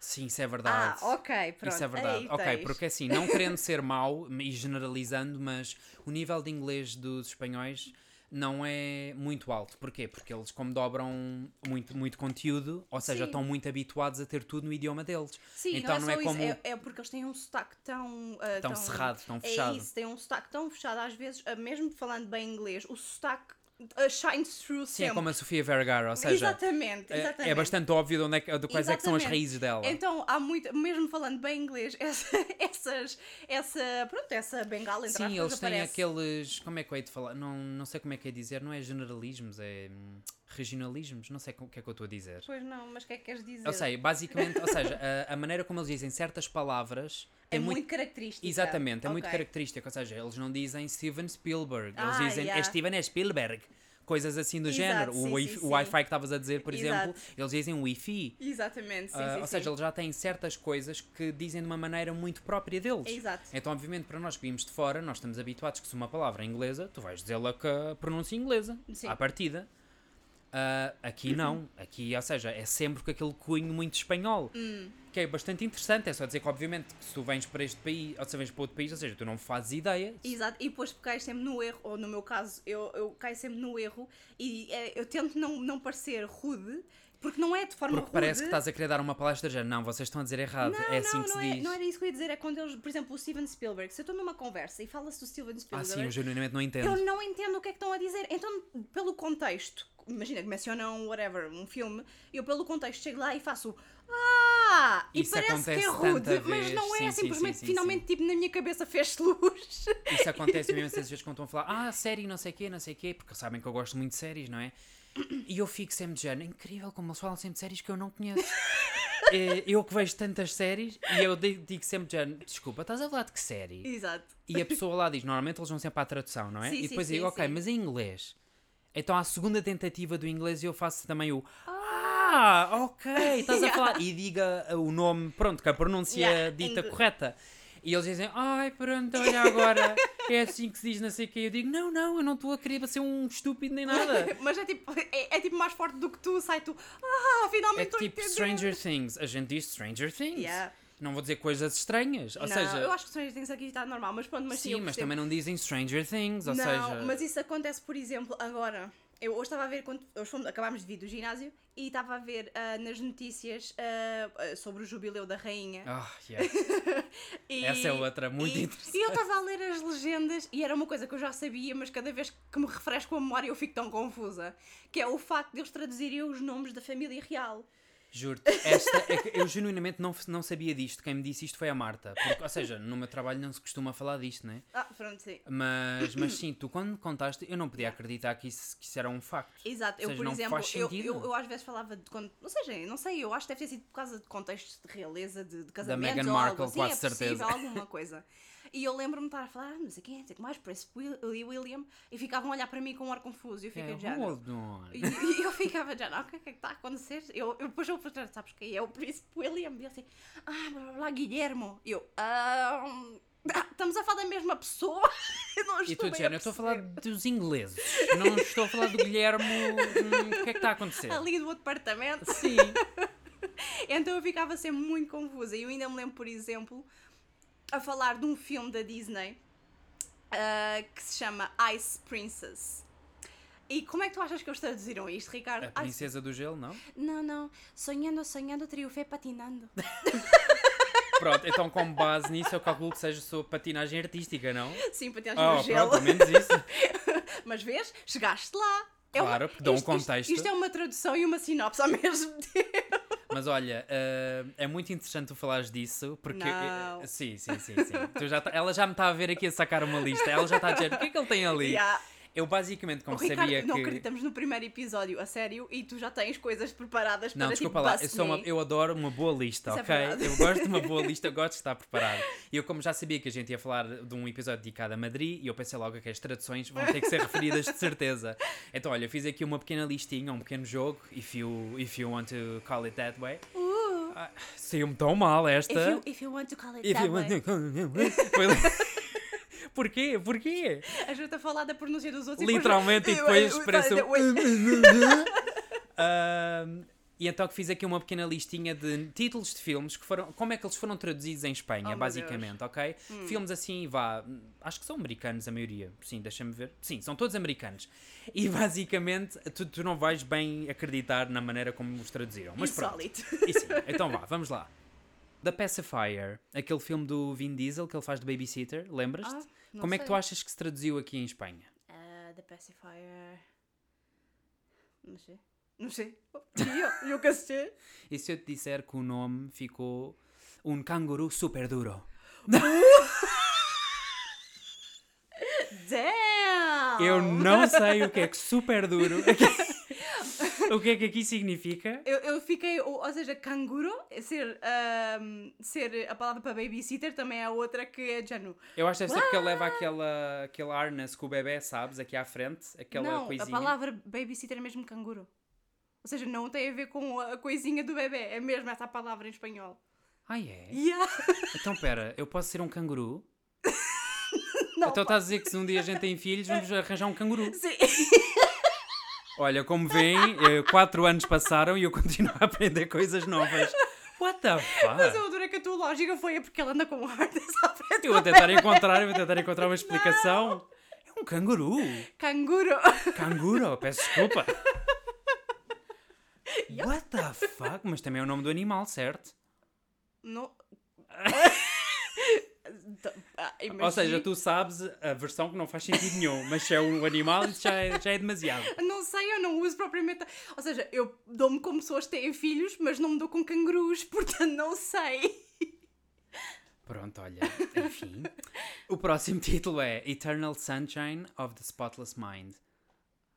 Speaker 2: Sim, isso é
Speaker 1: Ah,
Speaker 2: verdade.
Speaker 1: ok, pronto.
Speaker 2: Isso é verdade.
Speaker 1: Aí
Speaker 2: ok,
Speaker 1: tens.
Speaker 2: porque assim, não querendo ser mau e generalizando, mas o nível de inglês dos espanhóis não é muito alto. Porquê? Porque eles, como dobram muito, muito conteúdo, ou seja,
Speaker 1: Sim.
Speaker 2: estão muito habituados a ter tudo no idioma deles.
Speaker 1: Sim, não
Speaker 2: então não
Speaker 1: é
Speaker 2: é
Speaker 1: só isso,
Speaker 2: como-
Speaker 1: é, é porque eles têm um sotaque tão... ah,
Speaker 2: Tão cerrado, tão fechado.
Speaker 1: É isso, têm um sotaque tão fechado. Às vezes, ah, mesmo falando bem inglês, o sotaque ah, shines through
Speaker 2: Sim,
Speaker 1: sempre.
Speaker 2: é como a Sofia Vergara, ou seja,
Speaker 1: exatamente,
Speaker 2: é-
Speaker 1: exatamente.
Speaker 2: É, bastante óbvio de, onde é que, de quais é que são as
Speaker 1: Exatamente.
Speaker 2: raízes dela.
Speaker 1: Então, há muito, mesmo falando bem inglês, (laughs) essa, essas, essa, pronto, essa bengala entre
Speaker 2: Sim,
Speaker 1: aspas
Speaker 2: eles têm
Speaker 1: aparece.
Speaker 2: aqueles. Como é que eu hei de falar? Não, não sei como é que é dizer, não é generalismos, é hum, regionalismos, não sei co- o que é que eu estou a dizer.
Speaker 1: Pois não, mas o que é que queres dizer?
Speaker 2: Eu sei, basicamente, ou seja, a, a maneira como eles dizem certas palavras
Speaker 1: é
Speaker 2: tem
Speaker 1: muito, característico.
Speaker 2: Exatamente, é muito
Speaker 1: característico.
Speaker 2: característico. Ou seja, eles não dizem Steven Spielberg, eles
Speaker 1: Ah,
Speaker 2: dizem
Speaker 1: yeah.
Speaker 2: é Steven Spielberg. Coisas assim do
Speaker 1: Exato,
Speaker 2: género.
Speaker 1: sim,
Speaker 2: o, wi-
Speaker 1: sim,
Speaker 2: o
Speaker 1: sim.
Speaker 2: Wi-Fi que estavas a dizer, por
Speaker 1: Exato.
Speaker 2: exemplo, eles dizem Wi-Fi.
Speaker 1: Exatamente, sim,
Speaker 2: Ah,
Speaker 1: sim,
Speaker 2: ou
Speaker 1: sim.
Speaker 2: seja, eles já têm certas coisas que dizem de uma maneira muito própria deles.
Speaker 1: Exato.
Speaker 2: Então, obviamente, para nós que vimos de fora, nós estamos habituados que se uma palavra é inglesa, tu vais dizê-la com a pronúncia inglesa,
Speaker 1: Sim.
Speaker 2: à partida. Ah, aqui não. Aqui, ou seja, é sempre com aquele cunho muito espanhol.
Speaker 1: Hum.
Speaker 2: Que é bastante interessante. É só dizer que, obviamente, que se tu vens para este país, ou se vens para outro país, ou seja, tu não fazes ideia.
Speaker 1: Exato, e depois cais sempre no erro, ou no meu caso, eu, eu caio sempre no erro e eh, eu tento não, não parecer rude, porque não é de forma
Speaker 2: Porque
Speaker 1: rude.
Speaker 2: parece que estás a querer dar uma palestra já. Não, vocês estão a dizer errado.
Speaker 1: Não,
Speaker 2: é assim
Speaker 1: não,
Speaker 2: que se
Speaker 1: não, é,
Speaker 2: diz.
Speaker 1: não era isso que eu ia dizer. É quando eles, por exemplo, o Steven Spielberg, se eu estou numa conversa e fala-se do Steven
Speaker 2: Ah,
Speaker 1: Spielberg,
Speaker 2: sim, eu genuinamente não entendo.
Speaker 1: é? eu não entendo o que é que estão a dizer. Então, pelo contexto, imagina que mencionam whatever, um filme, eu pelo contexto chego lá e faço Ah! e
Speaker 2: Isso
Speaker 1: parece que
Speaker 2: acontece
Speaker 1: é rude,
Speaker 2: tanta
Speaker 1: mas
Speaker 2: vez.
Speaker 1: não é
Speaker 2: Sim, sim,
Speaker 1: simplesmente
Speaker 2: sim, sim,
Speaker 1: finalmente tipo na minha cabeça fez luz. (laughs)
Speaker 2: Isso acontece mesmo às vezes quando estão a falar, ah, série, não sei o quê, não sei o quê, porque sabem que eu gosto muito de séries, não é? E eu fico sempre de género, "É incrível como eles falam sempre de séries que eu não conheço. Eh, Eu que vejo tantas séries e eu di- digo sempre de género, desculpa, estás a falar de que série?
Speaker 1: Exato.
Speaker 2: E a pessoa lá diz, normalmente eles vão sempre à tradução, não é?
Speaker 1: Sim,
Speaker 2: e
Speaker 1: sim,
Speaker 2: depois
Speaker 1: sim,
Speaker 2: eu digo, ok,
Speaker 1: sim.
Speaker 2: mas em inglês. Então à segunda tentativa do inglês eu faço também o Ah, ok,
Speaker 1: (laughs)
Speaker 2: estás a falar. E diga o nome, pronto, com a pronúncia é
Speaker 1: Yeah,
Speaker 2: dita
Speaker 1: ingle-
Speaker 2: correta. E eles dizem, ai, pronto, olha agora, é assim que se diz, não sei o quê. Eu digo, não, não, eu não estou a querer ser um estúpido
Speaker 1: (laughs)
Speaker 2: nem nada.
Speaker 1: Mas é tipo, é, é tipo mais forte do que tu, sai tu, ah,
Speaker 2: É
Speaker 1: finalmente estou a
Speaker 2: tipo
Speaker 1: entender."
Speaker 2: Stranger Things, a gente diz Stranger Things.
Speaker 1: Yeah.
Speaker 2: Não vou dizer coisas estranhas, ou
Speaker 1: Não,
Speaker 2: seja,
Speaker 1: eu acho que Stranger Things aqui está normal, mas pronto, mas sim,
Speaker 2: sim,
Speaker 1: eu
Speaker 2: mas
Speaker 1: percebo.
Speaker 2: também não dizem Stranger Things, ou
Speaker 1: não,
Speaker 2: seja,
Speaker 1: mas isso acontece, por exemplo, agora. Eu hoje estava a ver, quando hoje fomos, acabámos de vir do ginásio e estava a ver ah, nas notícias ah, ah, sobre o jubileu da rainha.
Speaker 2: Ah, yeah.
Speaker 1: E-
Speaker 2: essa é outra muito
Speaker 1: e,
Speaker 2: interessante.
Speaker 1: E eu estava a ler as legendas e era uma coisa que eu já sabia, mas cada vez que me refresco a memória eu fico tão confusa. Que é o facto de eles traduzirem os nomes da família real.
Speaker 2: Juro-te, esta é que eu genuinamente não, não sabia disto. Quem me disse isto foi a Marta. Porque, ou seja, no meu trabalho não se costuma falar disto, né?
Speaker 1: Ah, pronto, sim.
Speaker 2: Mas, mas sim, tu quando me contaste, eu não podia acreditar que isso, que isso era um facto.
Speaker 1: Exato, eu
Speaker 2: Ou seja,
Speaker 1: por
Speaker 2: não
Speaker 1: exemplo,
Speaker 2: faz
Speaker 1: eu,
Speaker 2: sentido.
Speaker 1: eu, eu às vezes falava de. quando- Não sei, não sei, eu acho que deve ter sido por causa de contextos de realeza, de, de casamento
Speaker 2: Meghan
Speaker 1: ou algo
Speaker 2: Markle,
Speaker 1: assim,
Speaker 2: quase
Speaker 1: é possível,
Speaker 2: certeza. (laughs)
Speaker 1: alguma coisa. E eu lembro-me de estar a falar, ah, mas aqui é que mais, parece Will e William, e ficavam a olhar para mim com um ar confuso, e eu
Speaker 2: É,
Speaker 1: fiquei já. né?
Speaker 2: hold on.
Speaker 1: E, e eu ficava já, não, o que é que está a acontecer? Eu, eu depois eu perguntar, sabes quem é o príncipe William? E ele assim, ah, blá blá, blá Guilhermo. E eu, ah, estamos a falar da mesma pessoa? (laughs) Eu não
Speaker 2: E tu
Speaker 1: estou bem
Speaker 2: dizendo, eu estou a falar dos ingleses, não estou a falar do Guilherme. hum, o que é que está a acontecer?
Speaker 1: perceber." ali do apartamento. (laughs)
Speaker 2: Sim.
Speaker 1: Então eu ficava sempre muito confusa. E eu ainda me lembro, por exemplo, a falar de um filme da Disney ah, que se chama Ice Princess. E como é que tu achas que eles traduziram isto, Ricardo?
Speaker 2: A
Speaker 1: Ice-
Speaker 2: princesa do gelo, não?
Speaker 1: Não, não. Sonhando, sonhando, triunfei
Speaker 2: (laughs)
Speaker 1: patinando.
Speaker 2: Pronto, então com base nisso eu calculo que seja sobre patinagem artística, não?
Speaker 1: Sim, patinagem
Speaker 2: Ah,
Speaker 1: no
Speaker 2: pronto,
Speaker 1: gelo.
Speaker 2: pelo menos isso.
Speaker 1: Mas vês? Chegaste lá. É
Speaker 2: Claro, porque dá um
Speaker 1: isto- isto-
Speaker 2: contexto.
Speaker 1: Isto, é uma tradução e uma sinopse ao mesmo tempo.
Speaker 2: Mas olha, eh, é muito interessante tu falares disso, porque.
Speaker 1: Não.
Speaker 2: eh, sim, sim, sim. sim. Tu já tá- ela já me está a ver aqui a sacar uma lista, ela já está a dizer o que é que ele tem ali.
Speaker 1: Yeah.
Speaker 2: Eu basicamente, como
Speaker 1: O Ricardo,
Speaker 2: sabia
Speaker 1: não
Speaker 2: que.
Speaker 1: acreditamos no primeiro episódio, a sério, e tu já tens coisas preparadas para
Speaker 2: Não, desculpa
Speaker 1: tipo,
Speaker 2: lá, eu,
Speaker 1: bust
Speaker 2: sou uma-
Speaker 1: me.
Speaker 2: eu adoro uma boa lista,
Speaker 1: Isso é
Speaker 2: ok?
Speaker 1: verdade.
Speaker 2: eu gosto de uma
Speaker 1: (laughs)
Speaker 2: boa lista, eu gosto de estar preparado. E eu, como já sabia que a gente ia falar de um episódio dedicado a Madrid, e eu pensei logo que as traduções vão ter que ser referidas de
Speaker 1: (laughs)
Speaker 2: certeza. Então, olha, eu fiz aqui uma pequena listinha, um pequeno jogo, if you, if you want to call it that way. Ah, Saiu-me tão mal esta.
Speaker 1: Uh. If you, if you want to call it
Speaker 2: If
Speaker 1: that
Speaker 2: you want
Speaker 1: way.
Speaker 2: to call me- tipo, (laughs) Foi li- Porquê? Porquê?
Speaker 1: Ajuda a falar da
Speaker 2: Tipo,
Speaker 1: pronúncia dos outros. e depois- (laughs)
Speaker 2: Literalmente, e depois parece um.
Speaker 1: Wait,
Speaker 2: Ahm, E então que fiz aqui uma pequena listinha de títulos de filmes que foram. Como é que eles foram traduzidos em
Speaker 1: Oh,
Speaker 2: Espanha,
Speaker 1: meu Hum.
Speaker 2: basicamente, ok? Filmes assim, vá. Acho que são americanos a maioria. Sim, deixa-me ver. Sim, são todos americanos. E basicamente tu, tu não vais bem acreditar na maneira como os traduziram. Mas pronto.
Speaker 1: Insólito.
Speaker 2: E sim, então vá, vamos lá. The Pacifier, aquele filme do Vin Diesel que ele faz de babysitter, lembras-te?
Speaker 1: Ah, não
Speaker 2: como é que
Speaker 1: sei.
Speaker 2: tu achas que se traduziu aqui em Espanha?
Speaker 1: Ah, The Pacifier. Não sei. Não sei. E eu, eu que assisti.
Speaker 2: E se eu te disser que o nome ficou Um Canguru Super Duro?
Speaker 1: Damn!
Speaker 2: Eu não sei o que é que
Speaker 1: (laughs)
Speaker 2: super duro. o que é que aqui significa?
Speaker 1: Eu, eu fiquei, ou, ou seja, canguro, é ser, ahm, ser a palavra para babysitter também é outra que é Janu.
Speaker 2: Eu acho que deve ser porque ele leva aquela, aquele harness com o bebê, sabes? Aqui à frente, aquela
Speaker 1: não,
Speaker 2: coisinha.
Speaker 1: a palavra babysitter é mesmo canguro. Ou seja, não tem a ver com a coisinha do bebê, é mesmo essa palavra em espanhol.
Speaker 2: Ah, é?
Speaker 1: Yeah. (laughs)
Speaker 2: Então pera, eu posso ser um canguru?
Speaker 1: Não,
Speaker 2: Então estás a dizer que se um dia a gente tem filhos, vamos arranjar um canguru.
Speaker 1: sim.
Speaker 2: Olha, como veem, eh, quatro anos passaram e eu continuo a aprender coisas novas. What the
Speaker 1: Mas
Speaker 2: fuck?
Speaker 1: eu adorei que a tua lógica foi é porque ela anda com o (laughs) harness à frente.
Speaker 2: Eu vou tentar encontrar, eu vou tentar encontrar uma explicação. É um canguru.
Speaker 1: Canguro.
Speaker 2: Canguro, peço desculpa. What the fuck? Mas também é o nome do animal, certo?
Speaker 1: Não. Ah, imagina-
Speaker 2: (laughs) Ou seja, tu sabes a versão que não faz sentido nenhum, mas se é um animal, isso já é, já é demasiado.
Speaker 1: Não sei, eu não uso propriamente. Ou seja, eu dou-me com pessoas que têm filhos, mas não me dou com cangurus, (laughs) portanto não sei.
Speaker 2: Pronto, olha, enfim. O próximo título é Eternal Sunshine of the Spotless Mind.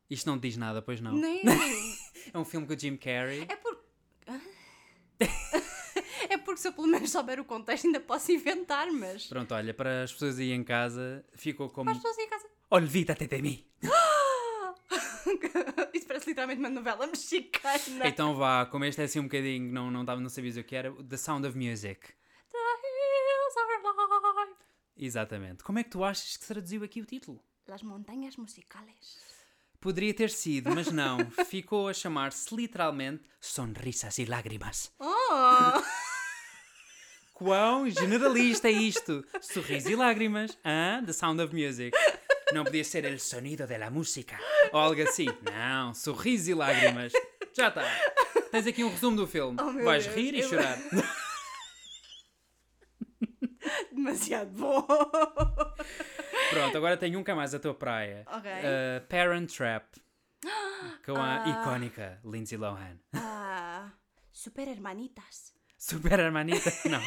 Speaker 2: Isto não te diz nada, pois não?
Speaker 1: Nem.
Speaker 2: (laughs) É um filme com o Jim Carrey.
Speaker 1: É por. (laughs) Hã? é porque se eu pelo menos souber o contexto ainda posso inventar, mas.
Speaker 2: Pronto, olha, para as pessoas aí em casa, ficou como
Speaker 1: Para as pessoas em casa. (laughs)
Speaker 2: Olvídate de mim.
Speaker 1: Isso parece literalmente uma novela mexicana.
Speaker 2: Então vá, como este é assim um bocadinho, não, não, tava- não sabias o que era, The Sound of Music.
Speaker 1: The hills are alive.
Speaker 2: Exatamente. Como é que tu achas que se traduziu aqui o título?
Speaker 1: Las montanhas musicales.
Speaker 2: Poderia ter sido, mas não. Ficou a chamar-se literalmente Sonrisas e Lágrimas.
Speaker 1: Oh!
Speaker 2: Quão generalista é isto? Sorriso e lágrimas. Hã? The Sound of Music. Não podia ser El Sonido de la Música. Ou algo assim. Não. Sorriso e lágrimas. Já está. Tens aqui um resumo do filme.
Speaker 1: Oh, meu
Speaker 2: Vais
Speaker 1: Deus,
Speaker 2: rir e
Speaker 1: eu-
Speaker 2: chorar.
Speaker 1: (laughs) Demasiado (laughs) bom!
Speaker 2: Pronto, agora tenho um que é mais a tua praia.
Speaker 1: Ok.
Speaker 2: Uh, Parent Trap. Com a icónica Lindsay Lohan.
Speaker 1: Ah, super hermanitas.
Speaker 2: Super hermanita? Não.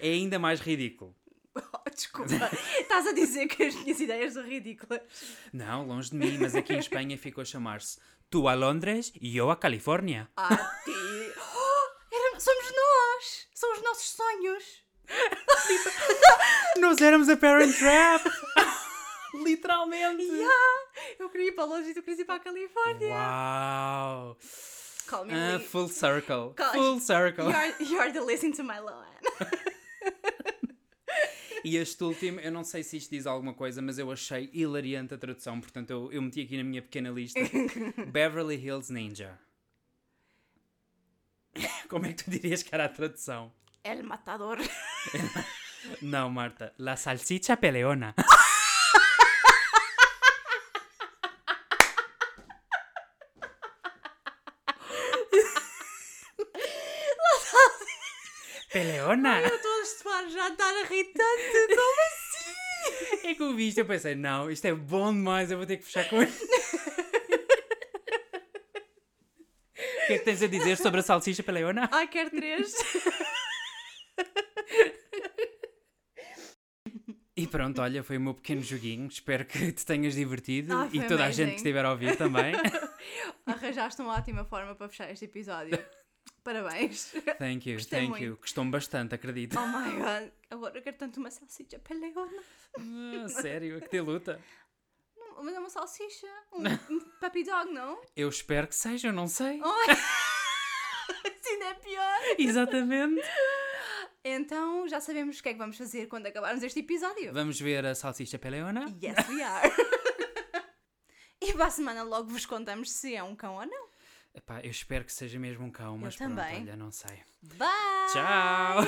Speaker 2: É ainda mais ridículo.
Speaker 1: Oh, desculpa, (laughs) estás a dizer que as minhas ideias são ridículas.
Speaker 2: Não, longe de mim, mas aqui em Espanha ficou a chamar-se Tu a Londres e eu a Califórnia.
Speaker 1: Ah, ti. Oh, era- somos nós! São os nossos sonhos!
Speaker 2: Nós éramos a Parent Trap! (laughs) Literalmente!
Speaker 1: Yeah, eu queria ir para longe e tu querias ir para a Califórnia!
Speaker 2: Uau!
Speaker 1: Call me
Speaker 2: Ah,
Speaker 1: Lee.
Speaker 2: full circle.
Speaker 1: Gosh.
Speaker 2: Full circle.
Speaker 1: You are, you are the listen to my Loan.
Speaker 2: E este último, eu não sei se isto diz alguma coisa, mas eu achei hilariante a tradução, portanto eu, eu meti aqui na minha pequena (laughs) lista Beverly Hills Ninja. Como é que tu dirias que era a tradução?
Speaker 1: (laughs) El (laughs) Matador.
Speaker 2: Não, Marta. La salsicha peleona. Peleona?
Speaker 1: Eu estou a suar já, estar a rir tanto. (laughs) Como assim?
Speaker 2: (laughs) É que eu vi isto, eu pensei, não, isto é bom demais, eu vou ter que fechar com isto. O que é que tens a dizer sobre a salsicha peleona?
Speaker 1: Ai, quer três?
Speaker 2: E pronto, olha, foi o meu pequeno joguinho. Espero que te tenhas divertido
Speaker 1: Ah,
Speaker 2: e
Speaker 1: foi
Speaker 2: toda a
Speaker 1: amazing.
Speaker 2: gente que estiver a ouvir também.
Speaker 1: Arranjaste uma ótima forma para fechar este (laughs) episódio. Parabéns.
Speaker 2: Thank you,
Speaker 1: Gostei
Speaker 2: thank
Speaker 1: muito.
Speaker 2: you. Gostou-me bastante, acredito.
Speaker 1: Oh my god, agora eu quero tanto uma salsicha peleona.
Speaker 2: Ah, sério, que te luta.
Speaker 1: Não, Mas é uma salsicha? Um, um puppy dog, (laughs) não?
Speaker 2: Eu espero que seja, eu não sei.
Speaker 1: Ai! Isso ainda é pior!
Speaker 2: Exatamente.
Speaker 1: Então já sabemos o que é que vamos fazer quando acabarmos este episódio.
Speaker 2: Vamos ver a salsicha peleona?
Speaker 1: (laughs) Yes, we are! e para a semana logo vos contamos se é um cão ou não.
Speaker 2: Epá, eu espero que seja mesmo um cão, mas pronto,
Speaker 1: também.
Speaker 2: olha, não sei.
Speaker 1: Bye!
Speaker 2: Tchau!